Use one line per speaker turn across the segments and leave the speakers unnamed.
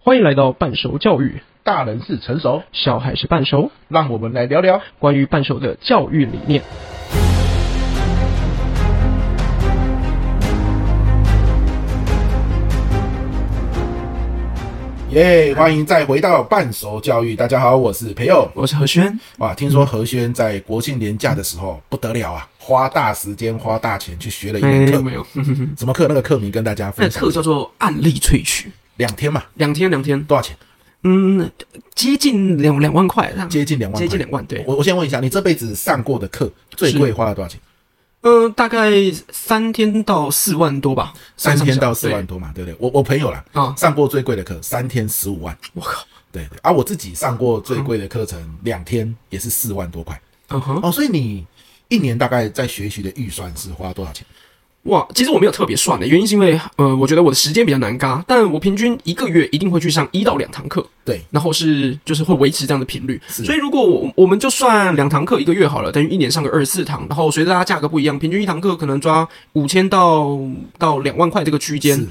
欢迎来到半熟教育，
大人是成熟，
小孩是半熟，
让我们来聊聊。
关于半熟的教育理念。
耶、欢迎再回到半熟教育。大家好，我是培佑。
我是何轩，
哇，听说何轩在国庆连假的时候不得了啊，花大时间、花大钱去学了一门课。
有，
什么课？那个课名跟大家
哎嗯那
分享
课。叫做案例萃取，
两天嘛，
两天两天，
多少钱？
嗯，接近两两万块，这样
接近两万块。
接近两万，对，
我我先问一下，你这辈子上过的课最贵花了多少钱？
嗯、大概三天到四万多吧，
三天到四
上下
万，多嘛，对不对？我我朋友啦，
对啊，
上过最贵的课三天十五万，
我靠，
对对。啊，我自己上过最贵的课程两天也是四万多块。
嗯哼，
哦，所以你一年大概在学习的预算是花多少钱？
哇，其实我没有特别算的，原因是因为呃，我觉得我的时间比较难嘎，但我平均一个月一定会去上一到两堂课，
对，
然后是就是会维持这样的频率。
是
所以如果我我们就算两堂课一个月好了，等于一年上个二十四堂，然后随着大家价格不一样，平均一堂课可能抓五千到到两万块这个区间
是，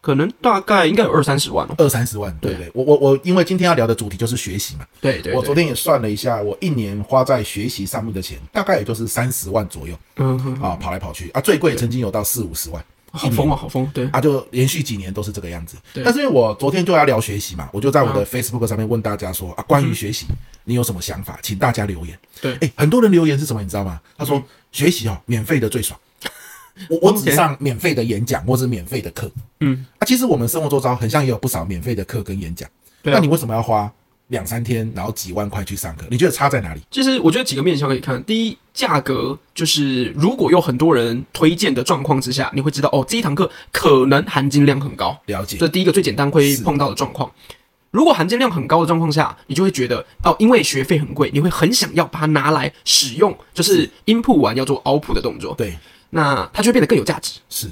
可能大概应该有二三十万哦。
二三十万，对不对？我我我，因为今天要聊的主题就是学习嘛，
对对
我
对，
昨天也算了一下，我一年花在学习上面的钱，大概也就是三十万左右
嗯哼，
啊，跑来跑去啊，最贵曾经有到四五十万
好疯哦，好疯，对，
啊，就连续几年都是这个样子
对。啊
但是因为我昨天就要聊学习嘛，我就在我的 Facebook 上面问大家说啊，关于学习你有什么想法，请大家留言。
嗯对嗯
哎，很多人留言是什么，你知道吗？他说学习哦，免费的最爽。我我只
OK
上免费的演讲或是免费的课，
嗯，
啊，其实我们生活周遭很像也有不少免费的课跟演讲，
对啊
那你为什么要花两三天，然后几万块去上课？你觉得差在哪里？
就是我觉得几个面向可以看。第一，价格就是如果有很多人推荐的状况之下，你会知道哦，这一堂课可能含金量很高。
了解
这第一个最简单会碰到的状况。如果含金量很高的状况下，你就会觉得哦，因为学费很贵，你会很想要把它拿来使用，就是 input 完要做 output 的动作，
对，
那它就会变得更有价值。
是。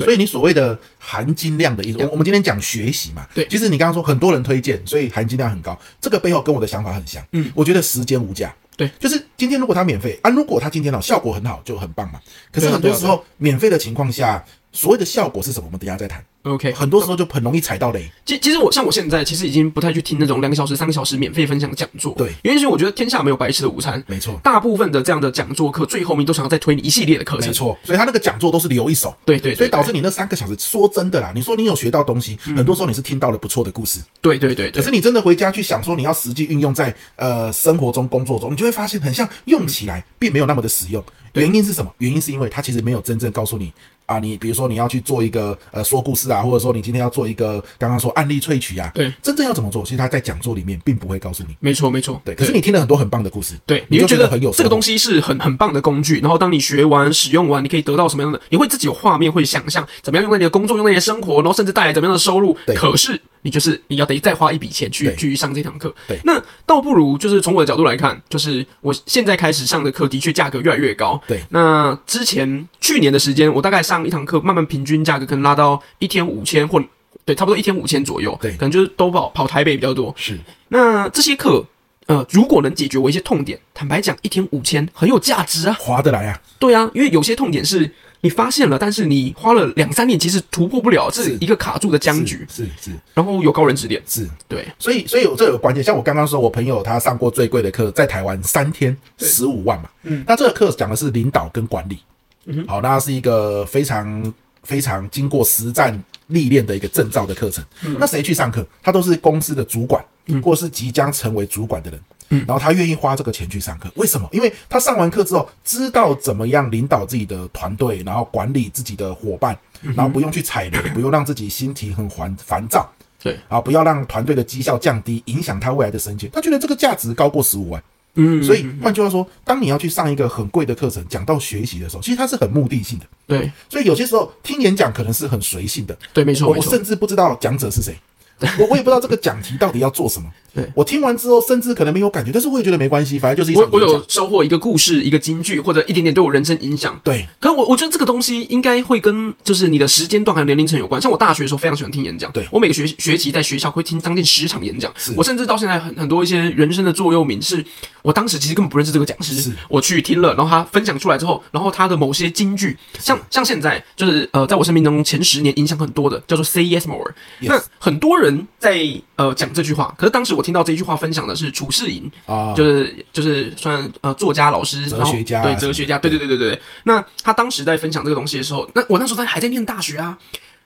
所以你所谓的含金量的意思，我我们今天讲学习嘛，
对
其实你刚刚说很多人推荐，所以含金量很高，这个背后跟我的想法很像，嗯，我觉得时间无价，
对，
就是今天如果它免费啊，如果它今天哦效果很好就很棒嘛，可是
对啊
很
对啊
多时候免费的情况下，所谓的效果是什么，我们等一下再谈，
OK，
很多时候就很容易踩到雷，
其其实我像我现在其实已经不太去听那种两个小时、三个小时免费分享的讲座，
对
原因是我觉得天下没有白吃的午餐，
没错，
大部分的这样的讲座课最后面都想要再推你一系列的课程
没，错，所以他那个讲座都是留一手，
对对对，嗯
所以导致你那三个小时，说真的啦，你说你有学到东西，很多时候你是听到了不错的故事，
对对对
可
对，
是你真的回家去想说你要实际运用在呃生活中、工作中，你就会发现很像用起来并没有那么的实用。原因是什么？原因是因为它其实没有真正告诉你啊，你比如说你要去做一个呃说故事啊，或者说你今天要做一个刚刚说案例萃取啊，
对，
真正要怎么做，其实他在讲座里面并不会告诉你。
没错没错，
对，可是你听了很多很棒的故事，
对，你
你就
会觉
得
得
很有
这个东
西。
西是很很棒的工具。然后当你学完、使用完，你可以得到什么样的？你会自己有画面，会想象怎么样用在你的工作、用在你的生活，然后甚至带来怎么样的收入。
对
可是你就是你要得再花一笔钱去
对
去上这堂课。
对
那倒不如就是从我的角度来看，就是我现在开始上的课的确价格越来越高。
对
那之前去年的时间，我大概上一堂课，慢慢平均价格可能拉到一天五千或。对，差不多一天五千左右，
对
可能就是都跑跑台北比较多，
是
那这些课，呃，如果能解决我一些痛点，坦白讲，一天五千很有价值啊。
划得来啊，
对啊，因为有些痛点是你发现了，但是你花了两三年，其实突破不了，这是一个卡住的僵局。
是是
然后有高人指点，
是是，
对，
所以，所以有这有关键。像我刚刚说，我朋友他上过最贵的课，在台湾三天十五万嘛。嗯，那这个课讲的是领导跟管理。嗯，好，那是一个非常非常经过实战历练的一个证照的课程。嗯、那谁去上课？他都是公司的主管，嗯、或是即将成为主管的人。嗯，然后他愿意花这个钱去上课，为什么？因为他上完课之后，知道怎么样领导自己的团队，然后管理自己的伙伴，然后不用去踩雷，不用让自己心情很烦烦躁。
对，
啊，不要让团队的绩效降低，影响他未来的升迁。他觉得这个价值高过十五万，
嗯，
所以换句话说，当你要去上一个很贵的课程，讲到学习的时候，其实它是很目的性的。
对，
所以有些时候听演讲可能是很随性的，
对，没错，
我
没
我
错，
甚至不知道讲者是谁，我我也不知道这个讲题到底要做什么。
对
我听完之后，甚至可能没有感觉，但是我也觉得没关系，反正就是
我
一场
我
演
有
讲。
收获一个故事、一个金句，或者一点点对我人生影响。
对，
可我我觉得这个东西应该会跟就是你的时间段还有年龄层有关。像我大学的时候非常喜欢听演讲，
对
我每个学学期在学校会听将近十场演讲。我甚至到现在很很多一些人生的座右铭是，我当时其实根本不认识这个讲师
是，
我去听了，然后他分享出来之后，然后他的某些金句，像像现在就是呃，在我生命中前十年影响很多的叫做 “Say Yes More”。那很多人在呃讲这句话，可是当时我听到这句话分享的是楚世莹，
啊，
就是就是算呃作家、老师、
哲
然后
学家啊
对
什么
哲学
的
家，对对对对对。那他当时在分享这个东西的时候，那我那时候在还在念大学啊，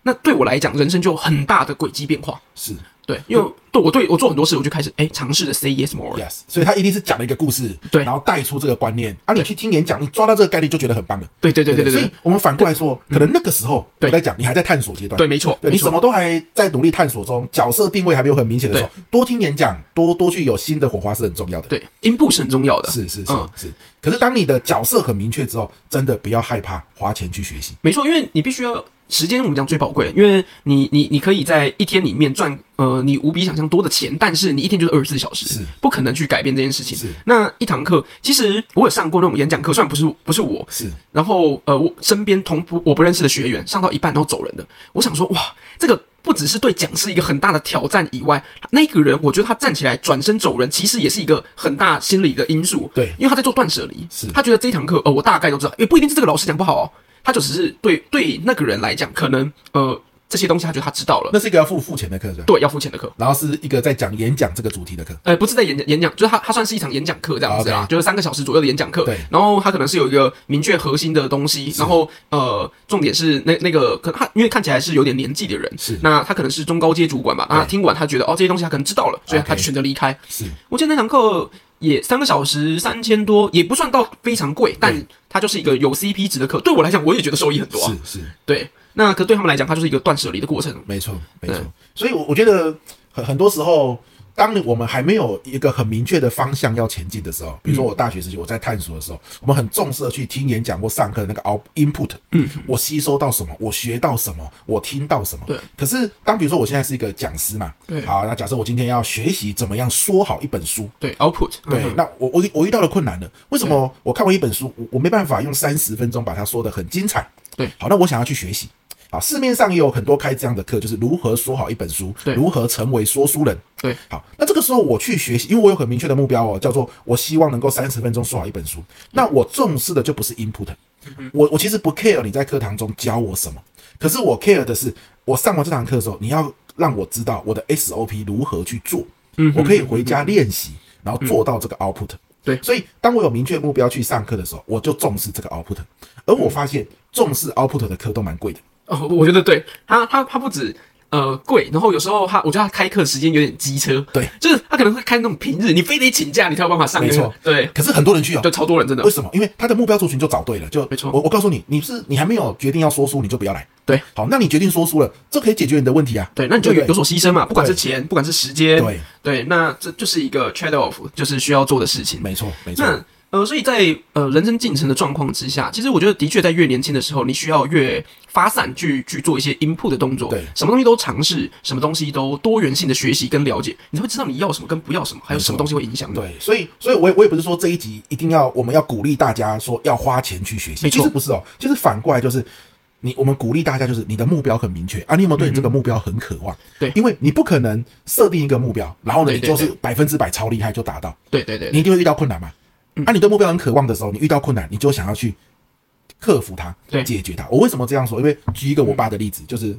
那对我来讲，人生就有很大的轨迹变化。
是
对，因
嗯
为对我对我做很多事，我就开始哎尝试着 say yes more。
yes，所以他一定是讲了一个故事，
对
然后带出这个观念啊。你去听演讲，你抓到这个概念就觉得很棒了。
对对对对对
所
对
以我们反过来说，可能那个时候我
对
在讲，你还在探索阶段，
对，没错，
对
没
你什
错，
么都还在努力探索中，角色定位还没有很明显的时候，多听演讲，多多去有新的火花是很重要的。
对，进步是很重要的。
是是是
嗯
是。可是当你的角色很明确之后，真的不要害怕花钱去学习。
没错，因为你必须要时间，我们讲最宝贵，因为你你你可以在一天里面赚呃你无比想象多的钱，但是你一天就是二十四小时，
是
不可能去改变这件事情
是。
那一堂课，其实我有上过那种演讲课，虽然不是不是我，
是
然后呃我身边同不我不认识的学员上到一半然后走人的，我想说哇，这个不只是对讲师一个很大的挑战以外，那个人我觉得他站起来转身走人，其实也是一个很大心理的因素。
对
因为他在做断舍离，
是
他觉得这一堂课，呃，我大概都知道，也不一定是这个老师讲不好哦，他就只是对对那个人来讲，可能呃这些东西他觉得他知道了，
那是一个要付付钱的课程，
对，要付钱的课。
然后是一个在讲演讲这个主题的课。
呃，不是在演讲演讲，就是他他算是一场演讲课这样子啦
啊 OK
就是三个小时左右的演讲课。
对
然后他可能是有一个明确核心的东西，然后呃，重点是那那个可能他因为看起来是有点年纪的人，
是
那他可能是中高阶主管吧，那他听完他觉得哦这些东西他可能知道了，所以
OK
他就选择离开。
是
我记得那堂课也三个小时三千多，也不算到非常贵，但它就是一个有 CP 值的课。对我来讲，我也觉得收益很多、啊。
是是，
对，那可对他们来讲，它就是一个断舍离的过程。
没错没错
对。
所以我，我觉得很很多时候。当我们还没有一个很明确的方向要前进的时候，比如
嗯
说我大学时期我在探索的时候，我们很重视的去听演讲或上课的那个 out input，嗯，我吸收到什么，我学到什么，我听到什么。
对。
可是当比如说我现在是一个讲师嘛，
对
好，那假设我今天要学习怎么样说好一本书，
对，output，
对，
嗯
那我我遇我遇到了困难了。为什么我看完一本书，我我没办法用三十分钟把它说的很精彩？
对
好，那我想要去学习。好，市面上也有很多开这样的课，就是如何说好一本书，
对
如何成为说书人。
对，
好，那这个时候我去学习，因为我有很明确的目标哦，叫做我希望能够三十分钟说好一本书。那我重视的就不是 input，我我其实不 care 你在课堂中教我什么，可是我 care 的是我上完这堂课的时候，你要让我知道我的 SOP 如何去做，嗯，我可以回家练习，然后做到这个 output。
对
所以当我有明确目标去上课的时候，我就重视这个 output。而我发现重视 output 的课都蛮贵的，
哦，我觉得对他，他他不止呃贵，然后有时候他，我觉得他开课时间有点机车，
对，
就是他可能会开那种平日，你非得请假，你才有办法上，
没错
对，
可是很多人去哦
就，超多人真的
为，什么？因为他的目标族群就找对了，就
没错
我我告诉你，你是你还没有决定要说书，你就不要来。
对，
好，那你决定说书了，这可以解决你的问题啊。
对，那你就有
对
有所牺牲嘛，不管是钱，不管是时间，
对，
对，那这就是一个 trade off，就是需要做的事情，
没错没错，
那呃，所以在呃人生进程的状况之下，其实我觉得的确在越年轻的时候，你需要越发散去去做一些 input 的动作，
对
什么东西都尝试，什么东西都多元性的学习跟了解，你才会知道你要什么跟不要什么，还有什么东西会影响你。
对，所以所以我也我也不是说这一集一定要我们要鼓励大家说要花钱去学习，
没错
其实不是哦，就是反过来就是。你我们鼓励大家，就是你的目标很明确啊，你有没有对你这个目标很渴望？
对
因为你不可能设定一个目标，然后呢，
对
你
对
就是
对
百分之百超厉害就达到，
对对对对
你
嗯
一定会遇到困难嘛。啊，你对目标很渴望的时候，你遇到困难，你就想要去克服它，
对
解决它。我为什么这样说？因为举一个我爸的例子，就是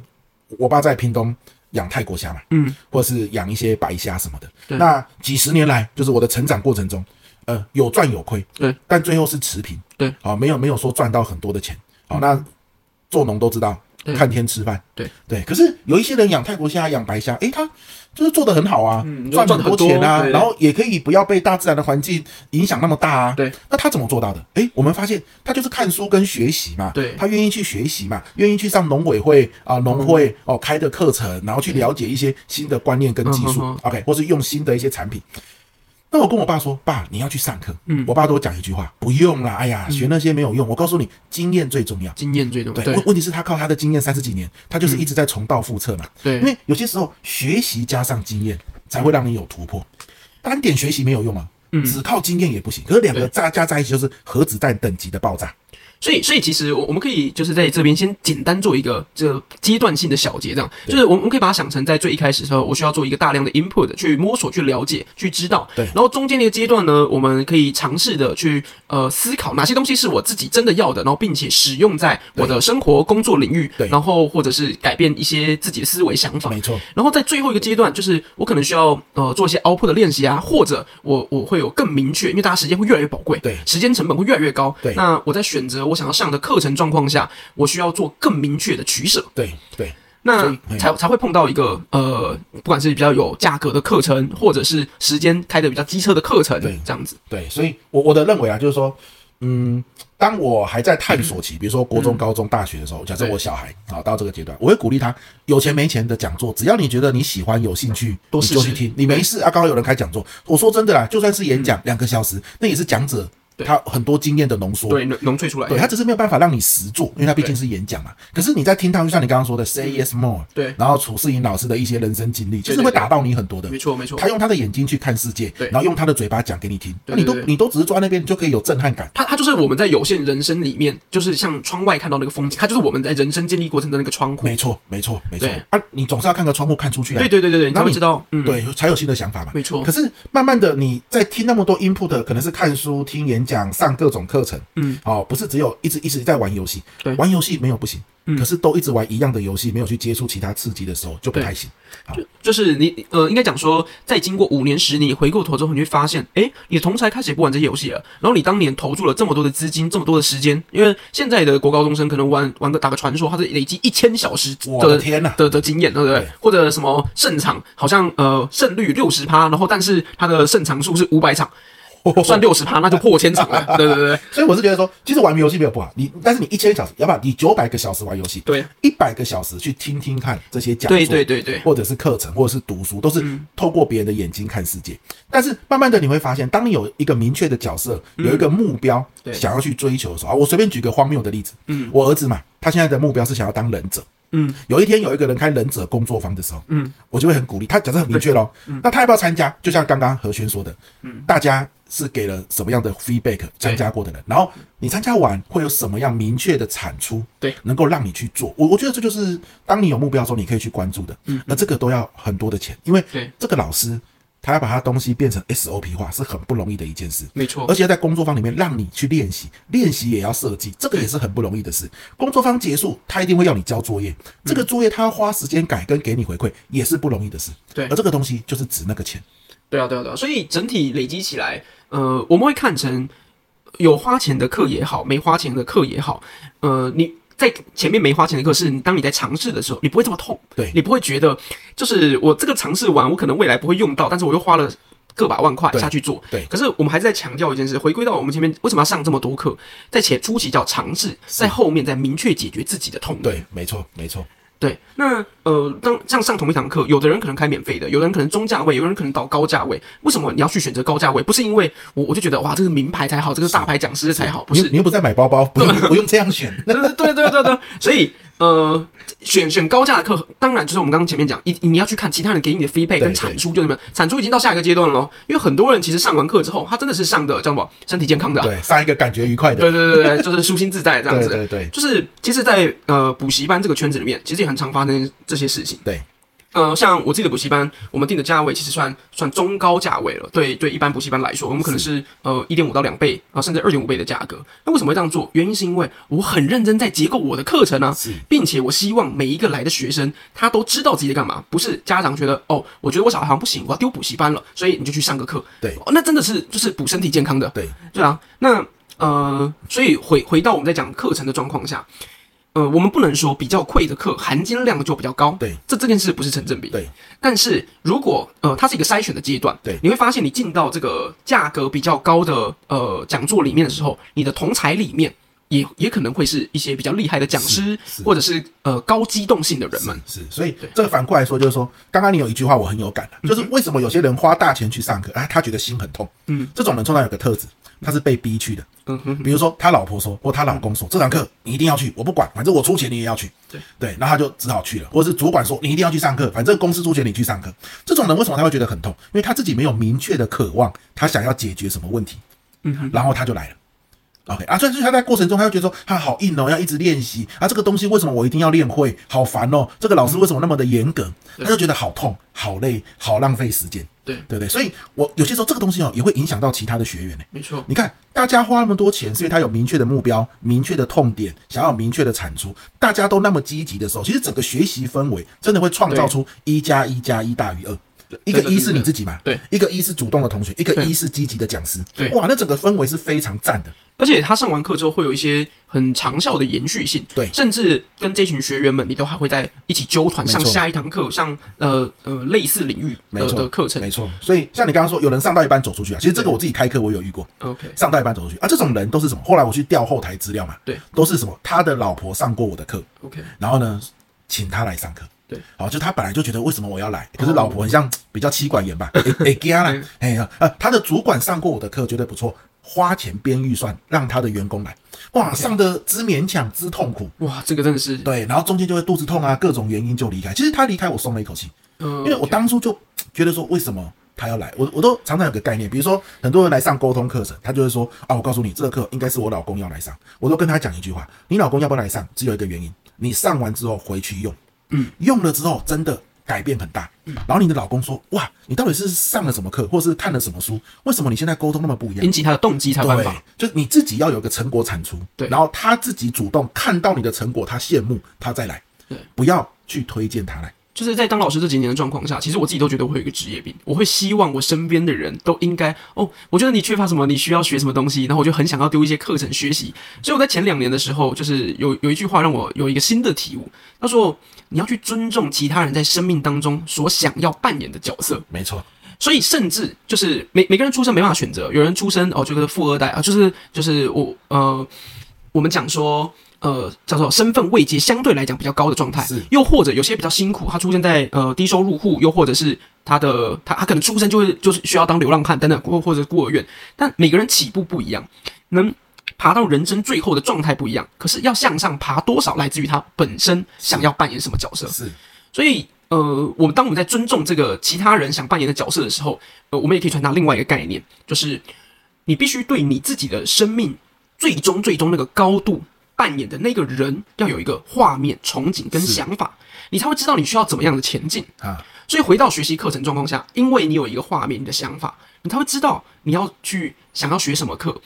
我爸在屏东养泰国虾嘛，嗯，或是养一些白虾什么的。
对
那几十年来，就是我的成长过程中，呃，有赚有亏，
对
但最后是持平。
对，嗯
好、没有没有说赚到很多的钱。好、那做农都知道，
对
看天吃饭。
对
对，可是有一些人养泰国虾、养白虾，诶，他就是做的很好啊，
嗯赚
赚、很多钱啊，
很多对
然后也可以不要被大自然的环境影响那么大啊。
对，
那他怎么做到的？诶，我们发现他就是看书跟学习嘛，
对
他愿意去学习嘛，愿意去上农委会啊、农
嗯
会哦开的课程，然后去了解一些新的观念跟技术、
嗯
o k 或是用新的一些产品。那我跟我爸说，爸，你要去上课。嗯，我爸都讲一句话，不用啦，哎呀，
嗯
学那些没有用。我告诉你，经验最重要。
经验最重要。
对，嗯问问题是他靠他的经验三十几年，他就是一直在重蹈覆辙嘛。
对
因为有些时候学习加上经验才会让你有突破。单点学习没有用啊，只靠经验也不行。可是两个加加在一起就是核子弹等级的爆炸。
所以，所以其实我我们可以就是在这边先简单做一个这个阶段性的小结，这样就是我们我们可以把它想成在最一开始的时候，我需要做一个大量的 input 去摸索、去了解、去知道。
对
然后中间那个阶段呢，我们可以尝试的去呃思考哪些东西是我自己真的要的，然后并且使用在我的生活、工作领域，
对
然后或者是改变一些自己的思维想法。
没错，
然后在最后一个阶段，就是我可能需要呃做一些 output 的练习啊，或者我我会有更明确，因为大家时间会越来越宝贵，
对
时间成本会越来越高，
对
那我在选择我想要上的课程状况下，我需要做更明确的取舍，
对对所
那
以嗯
才才会碰到一个呃，不管是比较有价格的课程，或者是时间开的比较机车的课程，
对
这样子，
对，所以我我的认为啊，就是说，嗯，当我还在探索期，比如说国
嗯
中、高中、大学的时候，假设我小孩啊到这个阶段，我会鼓励他有钱没钱的讲座，只要你觉得你喜欢、有兴趣，
多
你
试
就
试
去听。你没事啊，刚好有人开讲座，我说真的啦，就算是演讲两个小时，那也是讲者
嗯对
他很多经验的浓缩。
对，浓浓萃出来，
对，他只是没有办法让你实做，因为他毕竟是演讲嘛。可是你在听他，就像你刚刚说的，say yes more，
对
啊然后楚世英老师的一些人生经历，其
对
实会
对对
打到你很多的。
没错没错
他用他的眼睛去看世界，
对
然后用他的嘴巴讲给你听，
对
那你都
对对
你都只是坐在那边，你就可以有震撼感。
它它就是我们在有限人生里面，就是像窗外看到那个风景，它就是我们在人生经历过程的那个窗户。
没错，没错，没错
对。
啊，你总是要看个窗户看出去啊。
对对对对对，你才
然后
会
你
知道，嗯，
对，才有新的想法嘛。
没错
可是慢慢的，你在听那么多 input，可能是看书、听演讲、上各种课程，
嗯，
哦，不是只有一直一直在玩游戏。
对
玩游戏没有不行，
嗯
可是都一直玩一样的游戏，没有去接触其他刺激的时候就不太行。好，
就是你呃，应该讲说，在经过五年、十年，你回过头之后，你会发现，诶，你的同才开始也不玩这些游戏了。然后你当年投注了这么多的资金、这么多的时间，因为现在的国高中生可能玩玩个打个传说，他是累积一千小时
我的
的
天呐！
的的经验，对不对？
对
或者什么胜场，好像呃胜率六十趴，然后但是他的胜场数是五百场，算六十趴，那就破千场了。对对对
所以我是觉得说，其实玩游戏没有不好，你但是你一千小时，要不然你九百个小时玩游戏，
对，
一百个小时去听听看这些讲座，
对对对对嗯
或者是课程，或者是读书，都是透过别人的眼睛看世界。但是慢慢的你会发现，当你有一个明确的角色，有一个目标，
嗯对
想要去追求的时候啊，我随便举个荒谬的例子，嗯，我儿子嘛，他现在的目标是想要当忍者。
嗯，
有一天有一个人开忍者工作坊的时候，
嗯，
我就会很鼓励他，假设很明确咯，那他要不要参加？就像刚刚何轩说的，嗯，大家是给了什么样的 feedback 参加过的人，然后你参加完会有什么样明确的产出，
对
能够让你去做。我我觉得这就是当你有目标的时候，你可以去关注的。嗯，那这个都要很多的钱，因为
对
这个老师他要把他东西变成 SOP 化是很不容易的一件事。
没错
而且在工作坊里面让你去练习，练习也要设计，这个也是很不容易的事。工作坊结束，他一定会要你交作业，
嗯
这个作业他要花时间改跟给你回馈，也是不容易的事。
对
而这个东西就是值那个钱。
对啊，对啊，对啊，所以整体累积起来，呃，我们会看成有花钱的课也好，没花钱的课也好，呃，你在前面没花钱的课是，当你在尝试的时候，你不会这么痛，
对
你不会觉得就是我这个尝试完，我可能未来不会用到，但是我又花了。个把万块
对
下去做，
对
可是我们还是在强调一件事，回归到我们前面为什么要上这么多课，在前初期叫尝试，在后面再明确解决自己的痛点。
对，没错，没错。
对，那呃，当像上同一堂课，有的人可能开免费的，有的人可能中价位，有的人可能到高价位。为什么你要去选择高价位？不是因为我我就觉得哇，这个名牌才好，这个大牌讲师才好，哦不
你
是
又你。又不在买包包，不用不用这样选。
对对对对对，所以呃，选选高价的课，当然就是我们刚刚前面讲，你你要去看其他人给你的 feedback 跟
对
产出，就是什么产出已经到下一个阶段了哦，因为很多人其实上完课之后，他真的是上的叫什么身体健康的啊、
对，上一个感觉愉快的。
对对对对，就是舒心自在这样子。
对对对
就是其实在，呃补习班这个圈子里面，其实也很常发生这些事情。
对，
呃，像我自己的补习班，我们定的价位其实算算中高价位了。对对，一般补习班来说，我们可能是呃一点五到两倍啊、甚至二点五倍的价格。那为什么会这样做？原因是因为我很认真在结构我的课程啊
是，
并且我希望每一个来的学生他都知道自己在干嘛，不是家长觉得哦，我觉得我小孩好像不行，我要丢补习班了，所以你就去上个课。
对
哦，那真的是就是补身体健康的。
对
对啊，那呃，所以回回到我们在讲课程的状况下，呃，我们不能说比较贵的课含金量就比较高，
对，
这这件事不是成正比。
对，
但是如果呃，它是一个筛选的阶段，
对
你会发现你进到这个价格比较高的呃讲座里面的时候，你的同才里面。也也可能会是一些比较厉害的讲师，
是是
或者是呃高机动性的人们，
是，所以这个反过来说，就是说，刚刚你有一句话哎我很有感、啊，就是为什么有些人花大钱去上课，啊，他觉得心很痛。嗯，这种人通常有个特质，他是被逼去的。
嗯哼，
比如说他老婆说，或他老公说，这堂课你一定要去，我不管，反正我出钱你也要去。
对
对，那他就只好去了，或者是主管说你一定要去上课，反正公司出钱你去上课。这种人为什么他会觉得很痛？因为他自己没有明确的渴望，他想要解决什么问题，
嗯哼，
然后他就来了。OK 啊，所以所以他在过程中，他就觉得说，他好硬哦，要一直练习啊，这个东西为什么我一定要练会？好烦哦，这个老
嗯
师为什么那么的严格？他就觉得好痛、好累、好浪费时间，
对，
对不对？所以我有些时候这个东西哦，也会影响到其他的学员呢、
没错，
你看，大家花那么多钱，是因为他有明确的目标、明确的痛点，想要有明确的产出。大家都那么积极的时候，其实整个学习氛围真的会创造出一加一加一大于二。一个
真的
一
真
是你
的
自己嘛，
对；
一个一是主动的同学，一个
对
一是积极的讲师，
对
哇，那整个氛围是非常赞的。
而且他上完课之后会有一些很长效的延续性，
对
甚至跟这群学员们，你都还会在一起纠团
没错
上下一堂课，上呃呃类似领域
没
的
错
的课程
没。错，所以像你刚刚说，有人上到一半走出去啊，其实这个我自己开课我有遇过，
OK，
上到一半走出去啊，这种人都是什么？后来我去调后台资料嘛，
对，
都是什么？他的老婆上过我的课，
OK，
然后呢，请他来上课。
对，哦
好、就他本来就觉得为什么我要来，可是老婆很像比较妻管严吧，哎哎给啦， 哎呀，呃，他的主管上过我的课，觉得不错，花钱编预算让他的员工来，哇，上的之勉强之痛苦，
哇，这个真的是，
对，然后中间就会肚子痛啊，各种原因就离开。其实他离开我松了一口气，
嗯，
因为我当初就觉得说，为什么他要来？我我都常常有个概念，比如说很多人来上沟通课程，他就会说啊，我告诉你，这个课应该是我老公要来上。我都跟他讲一句话：你老公要不要来上？只有一个原因，你上完之后回去用，
嗯，
用了之后真的改变很大。然后你的老公说：哇，你到底是上了什么课，或是看了什么书？为什么你现在沟通那么不一样
引？起他的动机才有办
对
法。，
就是你自己要有个成果产出，
对
然后他自己主动看到你的成果，他羡慕，他再来，
对，
不要去推荐他来。
就是在当老师这几年的状况下，其实我自己都觉得我会有一个职业病，我会希望我身边的人都应该哦，我觉得你缺乏什么，你需要学什么东西，然后我就很想要丢一些课程学习。所以我在前两年的时候，就是有有一句话让我有一个新的体悟，他说你要去尊重其他人在生命当中所想要扮演的角色。
没错，
所以甚至就是每每个人出生没办法选择，有人出生哦就是富二代啊，就是就是我呃，我们讲说呃叫做身份位阶相对来讲比较高的状态
是，
又或者有些比较辛苦，他出现在呃低收入户，又或者是他的他他可能出生就会就是需要当流浪汉等等，或或者是孤儿院，但每个人起步不一样，能。爬到人生最后的状态不一样，可是要向上爬多少，来自于他本身想要扮演什么角色。
是。
所以，呃，我们当我们在尊重这个其他人想扮演的角色的时候，呃，我们也可以传达另外一个概念，就是你必须对你自己的生命最终最终那个高度扮演的那个人要有一个画面、憧憬跟
是
想法，你才会知道你需要怎么样的前进。
啊，
所以回到学习课程状况下，因为你有一个画面、你的想法，你才会知道你要去想要学什么课，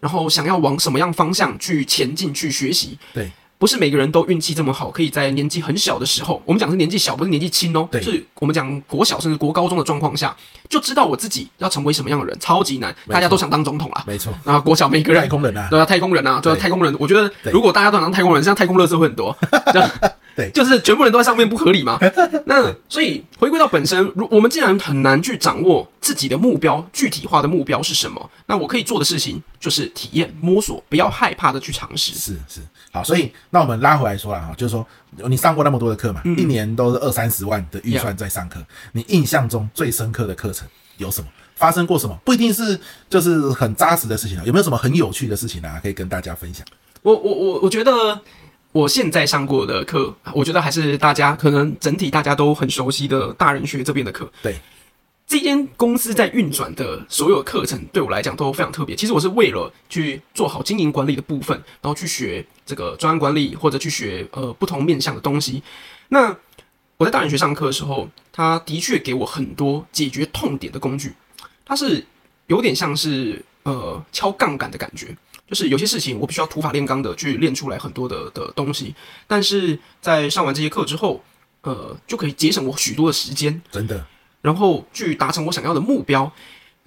然后想要往什么样方向去前进去学习。
对，
不是每个人都运气这么好，可以在年纪很小的时候，我们讲是年纪小，不是年纪轻哦，
对
是我们讲国小甚至国高中的状况下，就知道我自己要成为什么样的人，超级难，大家都想当总统啊，
没错，
然后国小每个人
太空人啊
对啊，太空人啊，对啊，
对
太空人，我觉得如果大家都想当太空人，像太空乐色会很 多，这样
对
就是全部人都在上面不合理嘛。那所以回归到本身，如我们既然很难去掌握自己的目标，具体化的目标是什么，那我可以做的事情就是体验、摸索，不要害怕的去尝试。
是是，好，所以那我们拉回来说了哈，就是说你上过那么多的课嘛，
嗯
一年都是二三十万的预算在上课，你印象中最深刻的课程有什么？发生过什么？不一定是就是很扎实的事情啊，有没有什么很有趣的事情啊，可以跟大家分享？
我我我我觉得我现在上过的课，我觉得还是大家可能整体大家都很熟悉的大人学这边的课。
对，
这间公司在运转的所有课程对我来讲都非常特别。其实我是为了去做好经营管理的部分，然后去学这个专案管理，或者去学呃不同面向的东西。那我在大人学上课的时候，他的确给我很多解决痛点的工具，它是有点像是呃敲杠杆的感觉。就是有些事情我必须要土法炼钢的去练出来很多的的东西，但是在上完这些课之后，呃，就可以节省我许多的时间，
真的
然后去达成我想要的目标。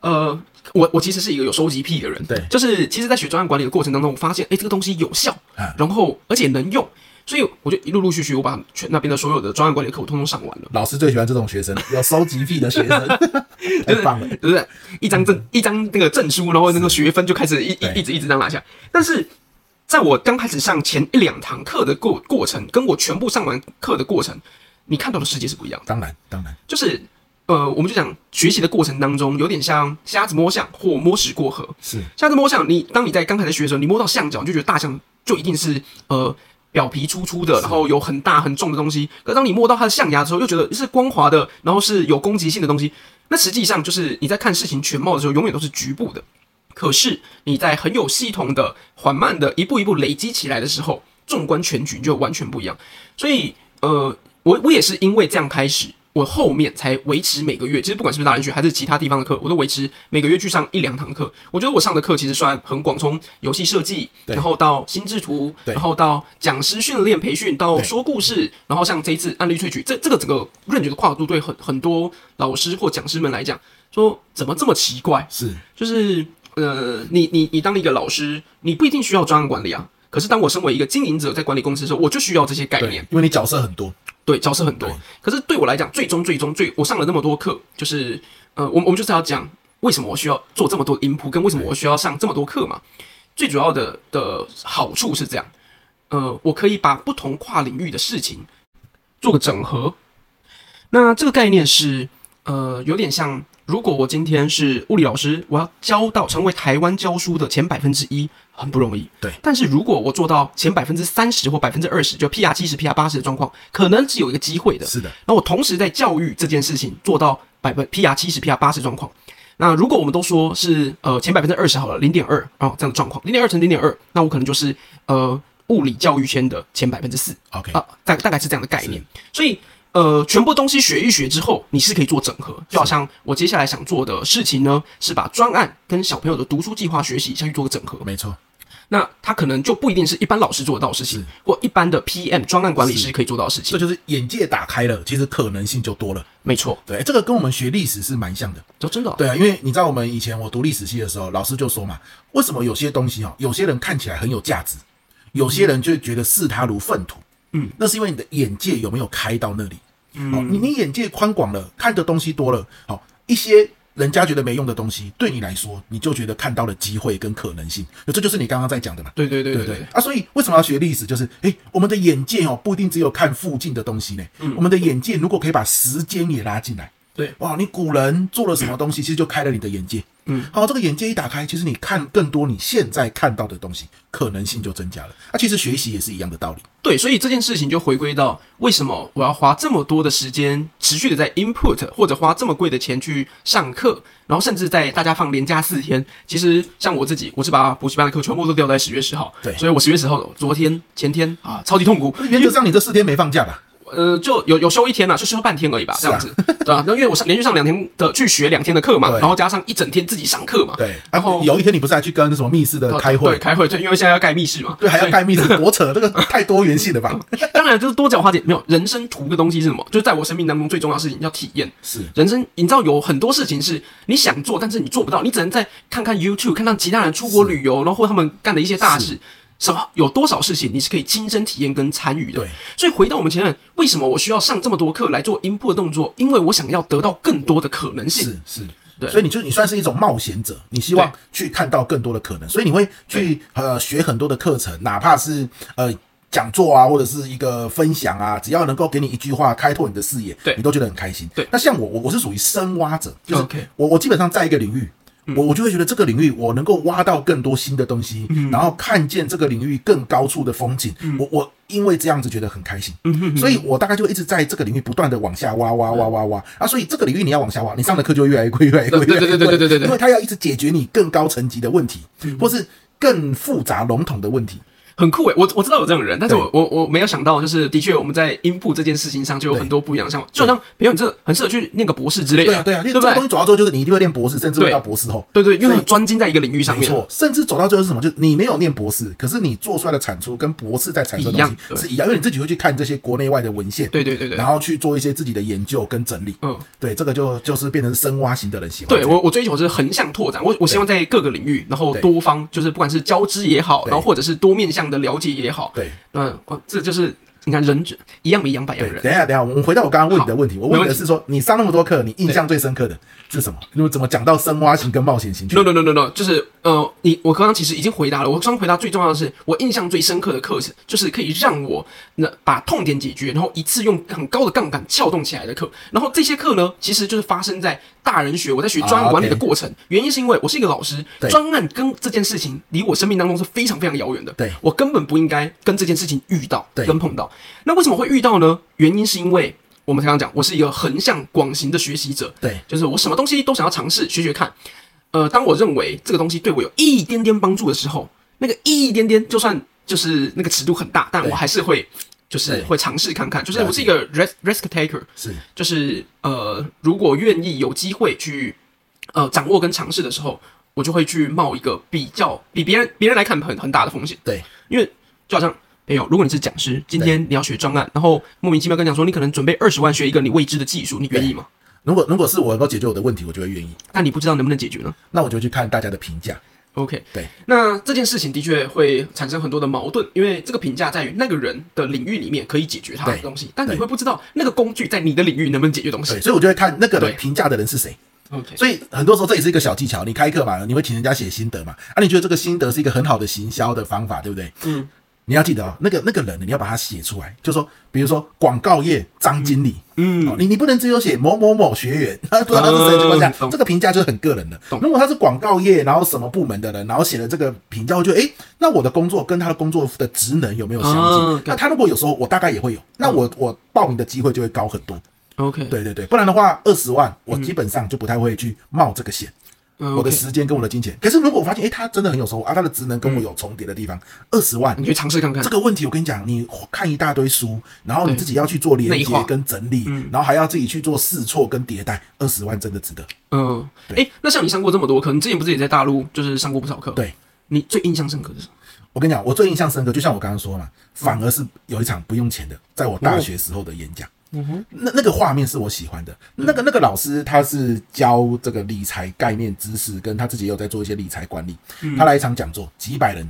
呃，我我其实是一个有收集癖的人，
对
就是其实，在学专案管理的过程当中，我发现，哎，这个东西有效
啊，
然后而且能用，所以我就一陆陆续续，我把全那边的所有的专案管理课我通通上完了。
老师最喜欢这种学生，有收集癖的学生， 太棒了。
对不对？一张证，一张那个证书，然后那个学分就开始一
对
一一直一直这样拿下。但是在我刚开始上前一两堂课的过过程，跟我全部上完课的过程，你看到的世界是不一样的。
当然，当然，
就是呃，我们就讲学习的过程当中，有点像瞎子摸象或摸石过河。
是
瞎子摸象，你当你在刚开始学的时候，你摸到象脚，你就觉得大啊象就一定是呃表皮粗粗的，然后有很大很重的东西。可当你摸到它的象牙之后，又觉得是光滑的，然后是有攻击性的东西。那实际上就是你在看事情全貌的时候，永远都是局部的。可是你在很有系统的、缓慢的、一步一步累积起来的时候，纵观全局你就完全不一样。所以，呃，我我也是因为这样开始，我后面才维持每个月，其实不管是不是大人学还是其他地方的课，我都维持每个月去上一两堂课。我觉得我上的课其实算很广，从游戏设计，
对
然后到心智图，
对
然后到讲师训练培训，到
对
说故事，然后像这一次案例萃取，这这个整个认觉的跨度，对很很多老师或讲师们来讲，说怎么这么奇怪？
是
就是呃，你你你当一个老师，你不一定需要专案管理啊。可是当我身为一个经营者在管理公司的时候，我就需要这些概
对
念，，
因为你角色很多，
对角色很多
对。
可是对我来讲，最终最终最我上了那么多课，就是呃，我们我们就是要讲为什么我需要做这么多的 input，跟为什么我需要上这么多课嘛。最主要的的好处是这样，呃，我可以把不同跨领域的事情做个整合。那这个概念是，呃，有点像，如果我今天是物理老师，我要教到成为台湾教书的前百分之一，很不容易。
对
但是如果我做到前百分之三十或百分之二十，就 PR 七十、PR 八十的状况，可能只有一个机会的。
是的，
那我同时在教育这件事情做到百分 PR 七十、PR 八十状况。那如果我们都说是呃前百分之二十好了，零点二啊这样的状况，零点二乘零点二，那我可能就是呃物理教育圈的前百分之四
OK
啊，大大概是这样的概念。所以呃，全部东西学一学之后，你是可以做整合。就好像我接下来想做的事情呢，是把专案跟小朋友的读书计划学习下去做个整合。
没错，
那它可能就不一定是一般老师做得到的事情，或一般的 PM 专案管理师可以做到的事情。
这就是眼界打开了，其实可能性就多了。
没错，
对，这个跟我们学历史是蛮像的。
就真的哦、
对啊，因为你知道我们以前我读历史系的时候，老师就说嘛，为什么有些东西哦，有些人看起来很有价值，有些人就觉得视它如粪土。嗯，那是因为你的眼界有没有开到那里？嗯，哦，你你眼界宽广了，看的东西多了，好、一些。人家觉得没用的东西，对你来说，你就觉得看到了机会跟可能性，这就是你刚刚在讲的嘛。
对对对
对
对
对
对。
啊，所以为什么要学历史？就是诶，我们的眼界哦，不一定只有看附近的东西呢。我们的眼界如果可以把时间也拉进来，
对
哇，你古人做了什么东西，其实就开了你的眼界。
嗯，
好，这个眼界一打开，其实你看更多你现在看到的东西，可能性就增加了。那、其实学习也是一样的道理。
对，所以这件事情就回归到为什么我要花这么多的时间持续的在 input，或者花这么贵的钱去上课，然后甚至在大家放连假四天，其实像我自己，我是把补习班的课全部都调在十月十号，
对
所以我十月十号，昨天、前天啊，超级痛苦，
原则上，你这四天没放假吧？
呃，就有有休一天啦，就休半天而已吧，
啊
这样子，对吧、那因为我上连续上两天的去学两天的课嘛，
对
然后加上一整天自己上课嘛，
对，
然后
啊有一天你不是还去跟什么密室的开
哦对
会？
开会，对，因为现在要盖密室嘛，
对，还
所
要
以
盖密室， 多扯！这个太多元性了吧？
当然就是多角化点，没有人生图个东西是什么？就是在我生命当中最重要的事情叫体验。
是
人生，你知道有很多事情是你想做，但是你做不到，你只能在看 看 YouTube，看看其他人出国旅游，然后或他们干的一些大事。什么？有多少事情你是可以亲身体验跟参与的
对？
所以回到我们前面，为什么我需要上这么多课来做 input 的动作？因为我想要得到更多的可能性。
是是，
对
所以你就你算是一种冒险者，你希望去看到更多的可能，所以你会去呃学很多的课程，哪怕是呃。讲座啊，或者是一个分享啊，只要能够给你一句话开拓你的视野，
对
你都觉得很开心。
对
那像我，我我是属于深挖者，就是
OK
我我基本上在一个领域，
嗯
我我就会觉得这个领域我能够挖到更多新的东西，
嗯
然后看见这个领域更高处的风景，我我因为这样子觉得很开心，
嗯
所以我大概就一直在这个领域不断的往下挖挖挖挖挖啊，所以这个领域你要往下挖，你上的课就越来越贵，越来越贵，
对对对
越来越
对
贵
对对对对嗯
因为它要一直解决你更高层级的问题，或是更复杂笼统的问题，
很酷诶、欸我我知道有这种人，但是
对
我我我没有想到，就是的确我们在音部这件事情上就有很多不一样的想法，就好像比如你这很适合去念个博士之类
对
的，
啊对啊，因为
对不
这个东西
对？
走到最后就是你一定会练博士，甚至会
对
到博士后，
对对，因为
所以
很专精在一个领域上
没
面，
错，甚至走到最后是什么？就是你没有念博士，可是你做出来的产出跟博士在产出的
一
东
样
西
对
是一样，因为你自己会去看这些国内外的文献，
对对对对
然后去做一些自己的研究跟整理。
嗯，
对，这个就就是变成深挖型的人喜欢这
对
样。
我我追求是横向拓展，我我希望在各个领域，然后
对
多方，就是不管是交织也好，
对
然后或者是多面向的了解也好，
对
嗯，我这就是你看人一样米养百样
对，
人，
等一下，等一下，我们回到我刚刚问你的问题。我问
没
你
问
的
题
是说，你上那么多课，你印象最深刻的是什么？你怎么讲到深挖型跟冒险型去
No？no no no no，就是呃，你我刚刚其实已经回答了。我刚刚回答最重要的是，我印象最深刻的课程就是可以让我那把痛点解决，然后一次用很高的杠杆撬动起来的课。然后这些课呢，其实就是发生在大人学我在学专案管理的
啊，OK
过程。原因是因为我是一个老师
对，
专案跟这件事情离我生命当中是非常非常遥远的。
对
我根本不应该跟这件事情遇到，
对
跟碰到。那为什么会遇到呢？原因是因为我们刚刚讲，我是一个横向广行的学习者，
对，
就是我什么东西都想要尝试学学看。呃，当我认为这个东西对我有一点点帮助的时候，那个一点点，就算就是那个尺度很大，但
对
我还是会就是
对
会尝试看看。就是
了解
我是一个 risk risk taker，
是
就是呃，如果愿意有机会去呃掌握跟尝试的时候，我就会去冒一个比较比别人别人来看很很大的风险。
对，
因为就好像没有，如果你是讲师，今天你要学专案，然后莫名其妙跟你讲说你可能准备二十万学一个你未知的技术，你愿意吗？
如果如果是我能够解决我的问题，我就会愿意。
但你不知道能不能解决呢？
那我就去看大家的评价。
OK，
对，
那这件事情的确会产生很多的矛盾，因为这个评价在于那个人的领域里面可以解决他的
对
东西，但你
对
会不知道那个工具在你的领域能不能解决东西
对，。所以我就会看那个人
对
评价的人是谁。
OK，
所以很多时候这也是一个小技巧。你开课嘛，你会请人家写心得嘛？啊，你觉得这个心得是一个很好的行销的方法，对不对？
嗯，
你要记得哦，那个那个人你要把它写出来，就说比如说广告业张经理，
嗯
哦你你不能只有写某某某学员， 啊不知道他是谁的情况下
嗯，懂
这个评价就是很个人的
懂。
如果他是广告业，然后什么部门的人，然后写了这个评价，我觉得诶，那我的工作跟他的工作的职能有没有相
啊嗯
近？那他如果有时候我大概也会有，那我我报名的机会就会高很多。
，OK，
对对对，不然的话，二十万我基本上就不太会去冒这个险，
嗯
我的
，OK，
时间跟我的金钱。可是如果我发现，诶，他真的很有收获啊，他的职能跟我有重叠的地方，二十万
嗯你去尝试看看
这。个问题，我跟你讲，你看一大堆书，然后你自己要去做连
内化
接跟整理，然后还要自己去做试错跟迭代，二十万真的值得。
嗯，哎，那像你上过这么多课，你之前不是也在大陆就是上过不少课？
对，
你最印象深刻的是什么？
我跟你讲，我最印象深刻，就像我刚刚说嘛，反而是有一场不用钱的，在我大学时候的演讲。那那个画面是我喜欢的。那个那个老师他是教这个理财概念知识，跟他自己也有在做一些理财管理。他来一场讲座，几百人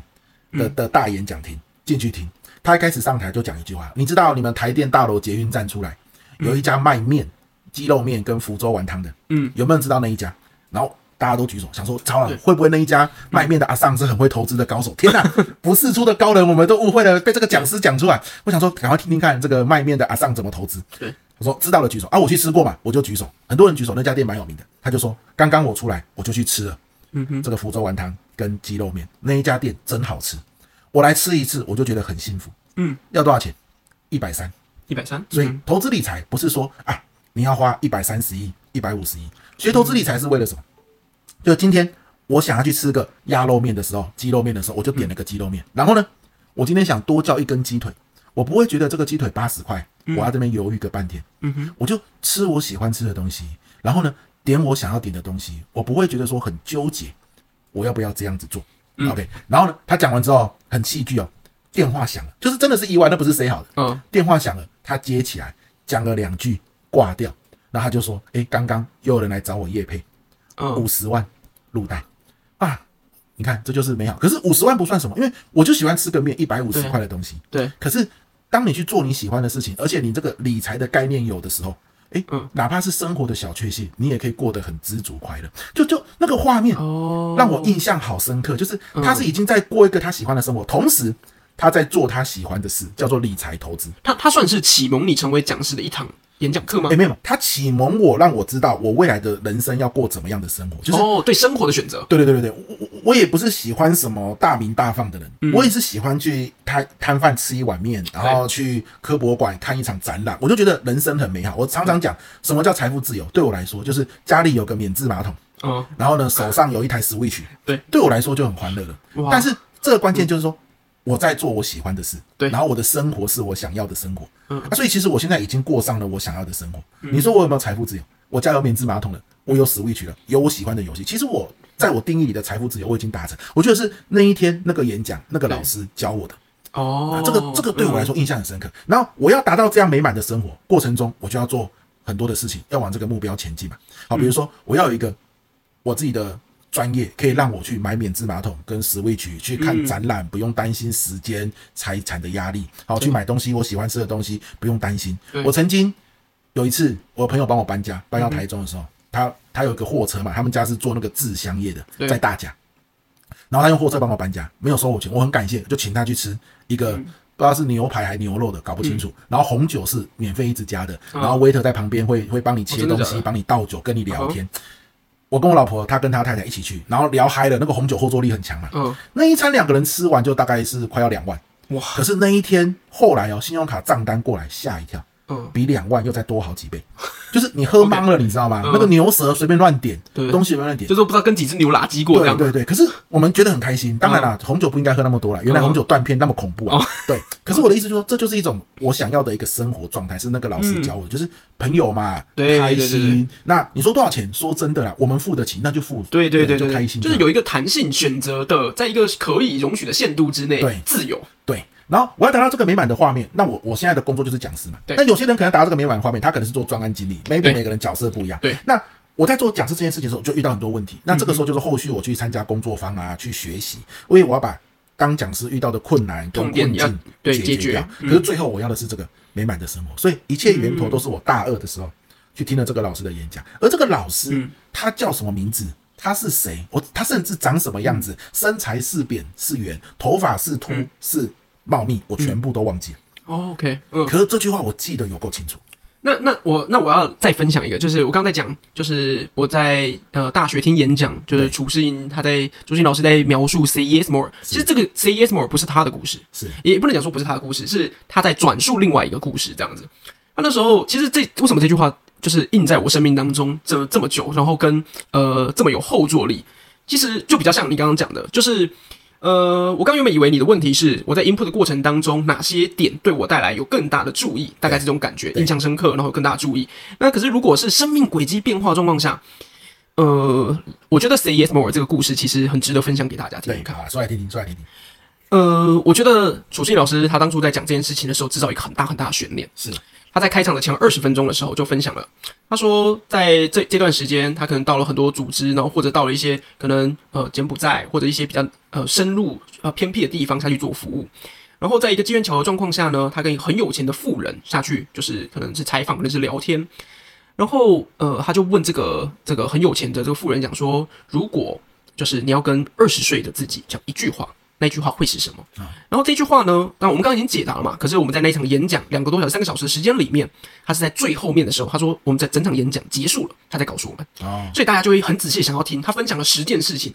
的的大演讲厅进去听，他一开始上台就讲一句话，你知道你们台电大楼捷运站出来有一家卖面、鸡肉面跟福州丸汤的，
嗯，
有没有人知道那一家？然后。大家都举手，想说超了，会不会那一家卖面的阿尚是很会投资的高手？天哪，不世出的高人，我们都误会了，被这个讲师讲出来。我想说，赶快听听看这个卖面的阿尚怎么投资。
对，
我说知道了举手啊，我去吃过嘛，我就举手。很多人举手，那家店蛮有名的。他就说，刚刚我出来我就去吃了，嗯哼，这个福州丸汤跟鸡肉面那一家店真好吃，我来吃一次我就觉得很幸福。
嗯，
要多少钱？一百三。
一百三，
所以
嗯
投资理财不是说啊，你要花一百三十亿、一百五十亿。学投资理财是为了什么？就今天我想要去吃个鸭肉面的时候、鸡肉面的时候，我就点了个鸡肉面。然后呢，我今天想多叫一根鸡腿，我不会觉得这个鸡腿八十块，我要这边犹豫个半天。嗯哼，我就吃我喜欢吃的东西，然后呢，点我想要点的东西，我不会觉得说很纠结，我要不要这样子做、o k 然后呢，他讲完之后很戏剧哦，电话响了，就是真的是意外，那不是谁好的。
嗯
电话响了，他接起来，讲了两句，挂掉。然后他就说：“诶，刚刚又有人来找我叶配
嗯
五十万入袋啊！你看，这就是美好。可是五十万不算什么，因为我就喜欢吃个面一百五十
对
块的东西。
对，
可是当你去做你喜欢的事情，而且你这个理财的概念有的时候，诶，
嗯
哪怕是生活的小确幸，你也可以过得很知足快乐。就就那个画面，
哦，嗯
让我印象好深刻，就是他是已经在过一个他喜欢的生活，同时他在做他喜欢的事，叫做理财投资。
他他算是启蒙你成为讲师的一堂演讲课吗
哎、？没有，他启蒙我，让我知道我未来的人生要过怎么样的生活。就是，
哦，对生活的选择，
对对对对对，我我我也不是喜欢什么大名大放的人，我也是喜欢去摊摊贩吃一碗面，然后去科博馆看一场展览，我就觉得人生很美好。我常常讲，什么叫财富自由？对我来说，就是家里有个免治马桶，
嗯，
然后呢，手上有一台 Switch，
对，
对我来说就很欢乐了
哇。
但是这个关键就是说，我在做我喜欢的事，
对
然后我的生活是我想要的生活，
嗯
啊所以其实我现在已经过上了我想要的生活。你说我有没有财富自由？我家有免治马桶了，我有 Switch 了，有我喜欢的游戏。其实我在我定义里的财富自由我已经达成，我觉得是那一天那个演讲那个老师教我的。
哦嗯
啊，这个这个对我来说印象很深刻。然后我要达到这样美满的生活过程中，我就要
嗯
做很多的事情，要往这个目标前进嘛。好，比如说我要有一个我自己的专业，可以让我去买免治马桶跟 Switch 去
嗯
看展览，不用担心时间、财产的压力。好，去买东西，我喜欢吃的东西，不用担心
对。
我曾经有一次，我朋友帮我搬家，
嗯
搬到台中的时候，他他有一个货车嘛，他们家是做那个制香业的，
对
在大甲，然后他用货车帮我搬家，没有收我钱，我很感谢，就请他去吃一个。
嗯
不知道是牛排还牛肉的，搞不清楚。然后红酒是免费一直加的，然后 waiter 在旁边会会帮你切
啊哦真的
东
假
西，
的哦
帮你倒酒，跟你聊天。我跟我老婆，她跟她太太一起去，然后聊嗨了。那个红酒后坐力很强嘛，
嗯，
那一餐两个人吃完就大概是快要两万。
哇，
可是那一天后来哦，信用卡账单过来吓一跳，
嗯，
比两万又再多好几倍。就是你喝懵了，你知道吗？
嗯
那个牛舌随便乱点，
对
东西随便乱点
就。是我不知道跟几只牛垃圾过这
对
样。
对对，可是我们觉得很开心。当然啦，红酒不应该喝那么多啦，原来红酒断片那么恐怖啊
嗯哦。
对，可是我的意思就是说，这就是一种我想要的一个生活状态，是那个老师教我的，就是朋友嘛，
嗯对
开
对对对
心。那你说多少钱？说真的啦，我们付得起，那就付，
对对对对
就
对，
开心就
就
好，
是有一个弹性选择的，在一个可以容许的限度之内，
对
自由，
对，然后我要达到这个美满的画面，那我我现在的工作就是讲师嘛。
对
那有些人可能达到这个美满的画面，他可能是做专案经理，maybe
对
每个人角色不一样。
对
那我在做讲师这件事情的时候，就遇到很多问题。那这个时候就是后续我去参加工作坊啊，去学习，因为我要把当讲师遇到的困难跟
痛点
困
要
境
对
解
解
决
决
掉。可
嗯
是最后我要的是这个美满的生活，所以一切源头都是我大二的时候去听了这个老师的演讲，而这个老师
嗯
他叫什么名字？他是谁？我他甚至长什么样子，身材是扁是圆，头发是秃
嗯
是茂密，我全部都忘记了。
哦，OK，嗯，
可是这句话我记得有够清楚。
那那我那我要再分享一个，就是我刚才讲，就是我在呃大学听演讲，就是
对
楚世英他在楚世英老师在描述 Say Yes More，其实这个 Say Yes More 不是他的故事，
是
也不能讲说不是他的故事，是他在转述另外一个故事这样子。他那时候其实这为什么这句话就是印在我生命当中这这么久，然后跟呃这么有后坐力，其实就比较像你刚刚讲的，就是呃我刚原本以为你的问题是我在 input 的过程当中哪些点对我带来有更大的注意，大概这种感觉
对
印象深刻，然后有更大的注意。那可是如果是生命轨迹变化状况下，呃，我觉得 Say Yes More 这个故事其实很值得分享给大家听
对
听，看。
好，说来听听，说来听听。
呃，我觉得楚信老师他当初在讲这件事情的时候，制造一个很大很大的悬念。
是
他在开场的前二十分钟的时候就分享了，他说在这这段时间，他可能到了很多组织，然后或者到了一些可能呃柬埔寨或者一些比较呃深入呃偏僻的地方下去做服务。然后在一个机缘巧合的状况下呢，他跟一个很有钱的富人下去，就是可能是采访，可能是聊天。然后呃，他就问这个这个很有钱的这个富人讲说，如果就是你要跟二十岁的自己讲一句话，那句话会是什么？然后这句话呢，当然我们刚刚已经解答了嘛，可是我们在那一场演讲两个多小时、三个小时的时间里面，他是在最后面的时候，他说我们在整场演讲结束了，他才告诉我们，
哦，
所以大家就会很仔细想要听他分享了十件事情。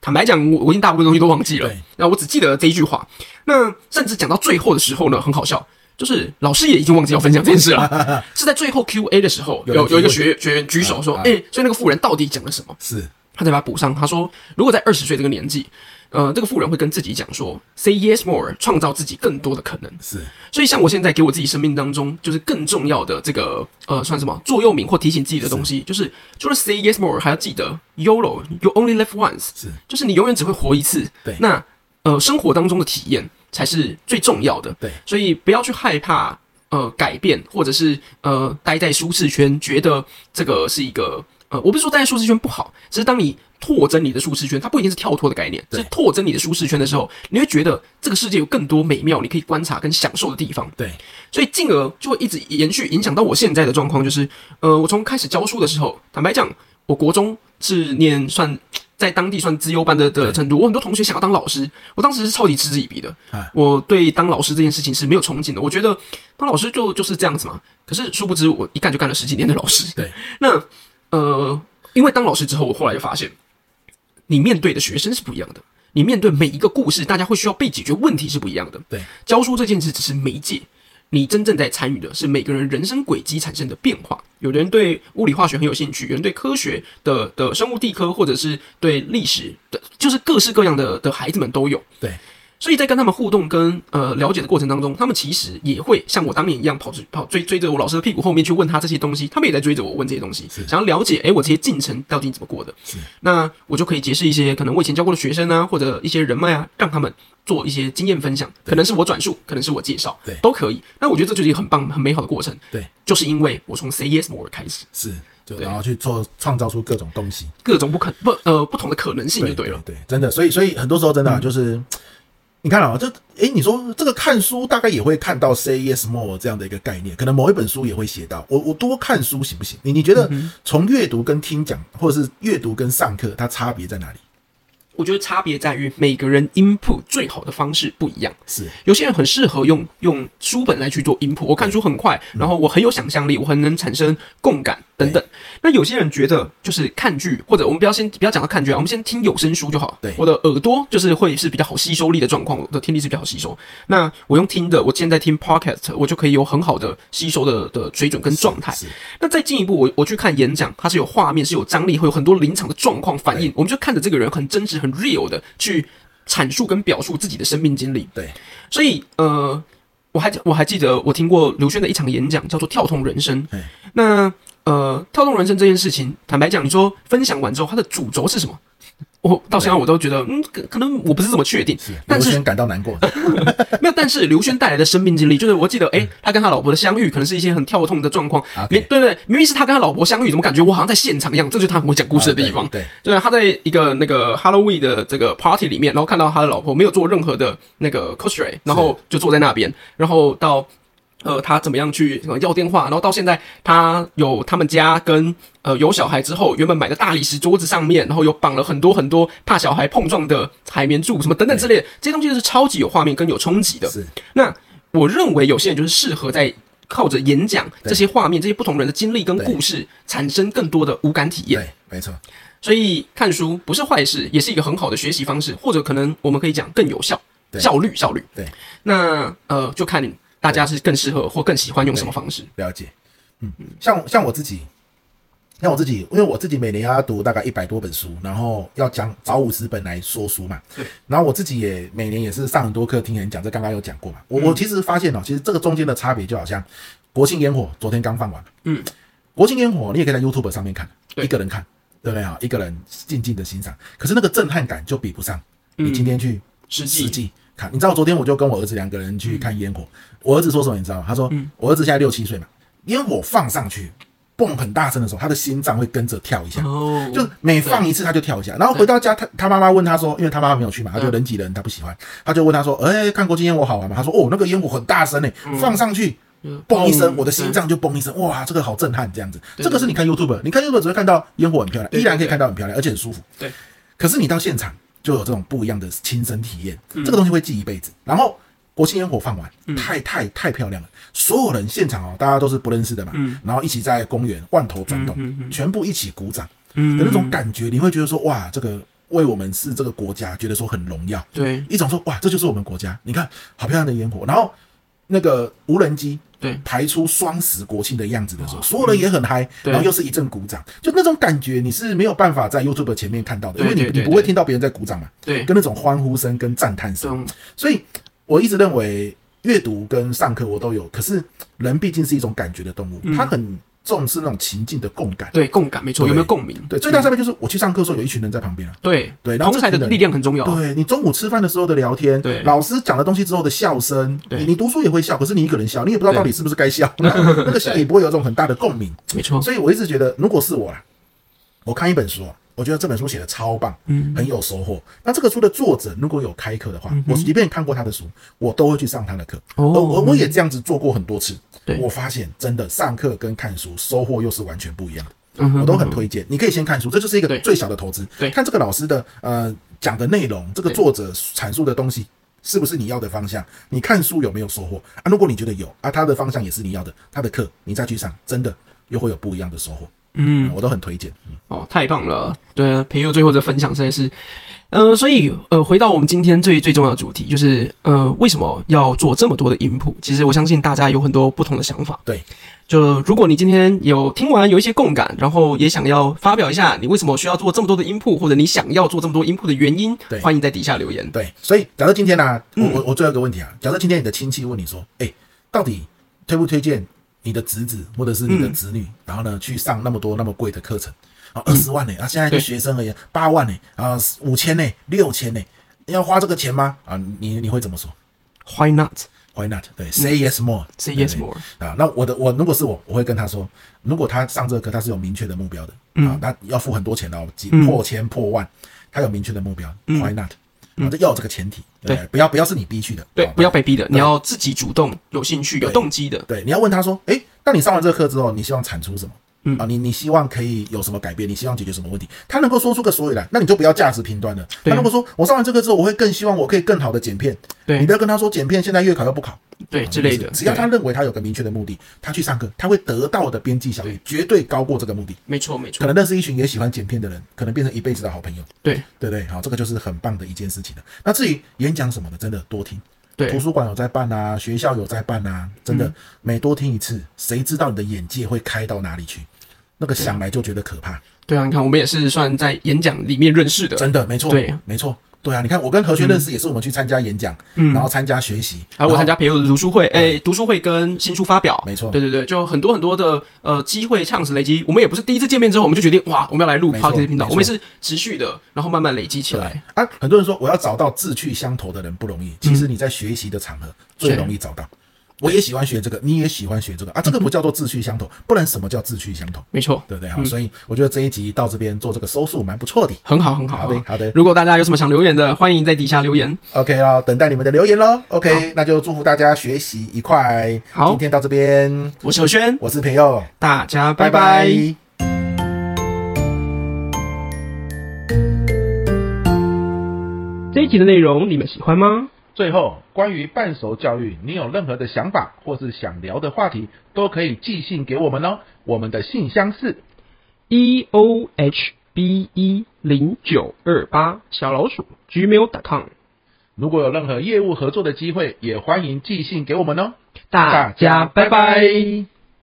坦白讲，我我已经大部分东西都忘记了
对，
然后我只记得这一句话。那甚至讲到最后的时候呢，很好笑，就是老师也已经忘记要分享这件事 了，是在最后 Q&A 的时候，
有人啊
有有一个
提
学学员举手说：“哎、所以那个富人到底讲了什么？”
是
他再把它补上，他说，如果在二十岁这个年纪，呃，这个富人会跟自己讲说，say yes more，创造自己更多的可能。
是，
所以像我现在给我自己生命当中，就是更重要的这个呃，算什么座右铭或提醒自己的东西，就是除了 say yes more，还要记得 YOLO，you only live once，
是
就是你永远只会活一次。
对
那呃，生活当中的体验才是最重要的。
对
所以不要去害怕呃改变，或者是呃待在舒适圈，觉得这个是一个呃，我不是说待在舒适圈不好，只是当你拓展你的舒适圈，它不一定是跳脱的概念，
对
是拓展你的舒适圈的时候，你会觉得这个世界有更多美妙你可以观察跟享受的地方。
对
所以进而就会一直延续影响到我现在的状况，就是呃，我从开始教书的时候，坦白讲，我国中是念算在当地算资优班的的程度，我很多同学想要当老师，我当时是超级嗤之以鼻的
啊，
我对当老师这件事情是没有憧憬的，我觉得当老师就就是这样子嘛。可是殊不知，我一干就干了十几年的老师。
对，
那呃，因为当老师之后，我后来就发现，你面对的学生是不一样的。你面对每一个故事，大家会需要被解决问题是不一样的。
对，
教书这件事只是媒介，你真正在参与的是每个人人生轨迹产生的变化。有的人对物理化学很有兴趣，有人对科学的的生物地科，或者是对历史的，就是各式各样的的孩子们都有。
对，
所以在跟他们互动跟呃了解的过程当中，他们其实也会像我当年一样跑追跑追追着我老师的屁股后面去问他这些东西，他们也在追着我问这些东西，想要了解哎诶我这些进程到底怎么过的。那我就可以解释一些可能我以前教过的学生啊，或者一些人脉啊，让他们做一些经验分享，可能是我转述，可能是我介绍，
对
都可以。那我觉得这就是一个很棒、很美好的过程。E
对，
就是因为我从 Say Yes More 开始，
是就然后去做创造出各种东西。
各种不可不呃不同的可能性就对嗯了。
对，真的，所以所以很多时候真的啊、就是，你看啊，这诶，你说这个看书大概也会看到 “say yes more” 这样的一个概念，可能某一本书也会写到。我我多看书行不行？你你觉
嗯
得从阅读跟听讲，或者是阅读跟上课，它差别在哪里？
我觉得差别在于每个人 input 最好的方式不一样。
是
有些人很适合用用书本来去做 input，我看书很快，然后我很有想象力，我很能产生共感等等。那有些人觉得就是看剧，或者我们不要先不要讲到看剧啊，我们先听有声书就好。
对
我的耳朵就是会是比较好吸收力的状况，我的听力是比较好吸收。那我用听的，我现在听 podcast，我就可以有很好的吸收的的水准跟状态。
是
那再进一步，我我去看演讲，它是有画面，是有张力，会有很多临场的状况反应，我们就看着这个人很真实、很 real 的去阐述跟表述自己的生命经历。
对，
所以呃，我还我还记得我听过刘轩的一场演讲，叫做《跳痛人生》
哎。
那呃，跳动人生这件事情，坦白讲，你说分享完之后，它的主轴是什么？我到现在我都觉得，嗯，可可能我不是这么确定，
是，
但是
刘轩感到难过。
没有，但是刘轩带来的生命经历，就是我记得，哎、他跟他老婆的相遇，可能是一些很跳痛的状况。
OK
明对对，明明是他跟他老婆相遇，怎么感觉我好像在现场一样？这 就是他很会讲故事的地方。
啊对对
对，他在一个那个 Halloween 的这个 party 里面，然后看到他的老婆没有做任何的那个 cosplay，然后就坐在那边，然后到呃他怎么样去呃要电话，然后到现在他有他们家跟呃有小孩之后，原本买的大理石桌子上面，然后有绑了很多很多怕小孩碰撞的海绵柱什么等等之类的，这些东西都是超级有画面跟有冲击的。
是
那我认为有些人就是适合在靠着演讲这些画面、这些不同人的经历跟故事，产生更多的无感体验。
对，没错，
所以看书不是坏事，也是一个很好的学习方式，或者可能我们可以讲更有效、
对
效率、效率。
对，
那呃，就看大家是更适合或更喜欢用什么方式。
了解。嗯，像像我自己，像我自己，因为我自己每年要读大概一百多本书，然后要讲找五十本来说书嘛。
对。
然后我自己也每年也是上很多课听人讲，这刚刚有讲过嘛。
嗯
我、我其实发现哦，其实这个中间的差别就好像国庆烟火，昨天刚放完。
嗯。
国庆烟火你也可以在 YouTube 上面看，
对
一个人看，对不对啊？一个人静静的欣赏，可是那个震撼感就比不上
嗯
你今天去
实际
实际看。你知道，昨天我就跟我儿子两个人去看烟火，我儿子说什么？你知道吗？他说，我儿子现在六七岁嘛，烟火放上去，蹦很大声的时候，他的心脏会跟着跳一下。
哦
就是每放一次他就跳一下，然后回到家，他他妈妈问他说，因为他妈妈没有去嘛，他就人挤人，他不喜欢，他就问他说，哎、看国际烟火好玩吗？他说，哦，那个烟火很大声诶、放上去，嘣一声，
嘣
我的心脏就嘣一声，哇，这个好震撼，这样子，这个是你看 YouTube，你看 YouTube 只会看到烟火很漂亮，
对
依然可以
对
看到很漂亮，而且很舒服，
对，
可是你到现场就有这种不一样的亲身体验，
嗯
这个东西会记一辈子。然后国庆烟火放完，太太太漂亮了，所有人现场哦，大家都是不认识的嘛，
嗯
然后一起在公园万头转动，全部一起鼓掌，
嗯
有那种感觉，你会觉得说哇，这个为我们是这个国家，觉得说很荣耀。
对
一种说哇，这就是我们国家，你看好漂亮的烟火，然后那个无人机
对
排出双十国庆的样子的时候，所有人也很
嗯
嗨，然后又是一阵鼓掌，就那种感觉你是没有办法在 YouTube 前面看到的，因为你
对对
你
对
不会听到别人在鼓掌嘛，
对，
跟那种欢呼声跟赞叹
这
声，
种
所以我一直认为阅读跟上课我都有，可是人毕竟是一种感觉的动物，
嗯
他很重视那种情境的共感。
对共感没错，
对
有没有共鸣？
对，最大差别就是我去上课的时候有一群人在旁边啊，
对
对然后
同才
这
的
个
力量很重要。
对你中午吃饭的时候的聊天，
啊对
老师讲的东西之后的笑声，
对
你你读书也会笑，可是你一个人笑，你也不知道到底是不是该笑，那那个笑也不会有一种很大的共鸣。
没错，
所以我一直觉得，如果是我啦，我看一本书啊，我觉得这本书写的超棒，嗯，很有收获。那这个书的作者如果有开课的话，我即便看过他的书，我都会去上他的课。
嗯哦
我我我也这样子做过很多次。
对
我发现真的上课跟看书收获又是完全不一样的。
嗯哼
我都很推荐，你可以先看书，这就是一个
对
最小的投资。
对
看这个老师的呃讲的内容，这个
对
作者阐述的东西是不是你要的方向？你看书有没有收获啊？如果你觉得有啊，他的方向也是你要的，他的课你再去上，真的又会有不一样的收获。嗯，我都很推荐。
哦，太棒了！对，啊朋友最后的分享实在是，呃，所以呃，回到我们今天最最重要的主题，就是呃，为什么要做这么多的 input？其实我相信大家有很多不同的想法。
对，
就如果你今天有听完有一些共感，然后也想要发表一下你为什么需要做这么多的 input，或者你想要做这么多 input 的原因
对，
欢迎在底下留言。
对，所以假设今天呢、我我我最后一个问题啊，假设今天你的亲戚问你说，哎、到底推不推荐你的侄子或者是你的侄女，然后呢去上那么多那么贵的课程，啊二十万呢、啊现在对
对
学生而言八万呢、啊五千呢六千呢，要花这个钱吗？啊，你你会怎么说？
Why not？
Why not？对，Say yes more，Say
Say yes more
啊。那我的我如果是我，我会跟他说，如果他上这个课，他是有明确的目标的，
嗯
啊，那要付很多钱哦，几破千破万，他有明确的目标，Why
嗯
not？啊，这要有这个前提，对不对，不要不要是你逼去的，
对
啊，
不要被逼的，你要自己主动、有兴趣、有动机的。
对，你要问他说，诶，那你上完这个课之后，你希望产出什么？嗯啊，你你希望可以有什么改变？你希望解决什么问题？他能够说出个所以然，那你就不要价值评断了。
对
他如果说我上完这个之后，我会更希望我可以更好的剪片，
对
你不要跟他说剪片现在月考又不考
对之类的，
只要他
对
认为他有个明确的目的，他去上课，他会得到的边际效益绝对高过这个目的。
没错没错
可，能认识一群也喜欢剪片的人，可能变成一辈子的好朋友，
对
对不对？好，这个就是很棒的一件事情了。那至于演讲什么的，真的多听，图
对嗯
书馆有在办啊，学校有在办啊，真的、每多听一次，谁知道你的眼界会开到哪里去？那个想来就觉得可怕，
对啊！你看，我们也是算在演讲里面认识的，
真的没错，
对，
没错，对啊，你看我跟何轩认识也是我们去参加演讲，然后参加学习，
然后嗯啊我参
加
加朋友的读书会，哎，读书会跟新书发表，
嗯没错
对对对，就很多很多的呃机会、畅所累积。我们也不是第一次见面之后，我们就决定哇，我们要来录
没错
podcast 频道，
没错
我们也是持续的，然后慢慢累积起来。嗯
啊，很多人说我要找到志趣相投的人不容易，其实你在学习的场合最容易找到。我也喜欢学这个，你也喜欢学这个啊，这个不叫做志 趣相投，不然什么叫志趣相投？
没错，
对不对？好，所以我觉得这一集到这边做这个收束蛮不错的。
很好很好。
好的好的
如果大家有什么想留言的，欢迎在底下留言。
OK 啦，等待你们的留言喽。OK，那就祝福大家学习愉快。
好
今天到这边，
我是何轩，
我是培佑，
大家拜拜。这一集的内容你们喜欢吗？
最后，关于半熟教育，你有任何的想法或是想聊的话题，都可以寄信给我们哦。我们的信箱是
e o h b e 零九二八小老鼠 gmail.com，
如果有任何业务合作的机会，也欢迎寄信给我们哦。
大家拜拜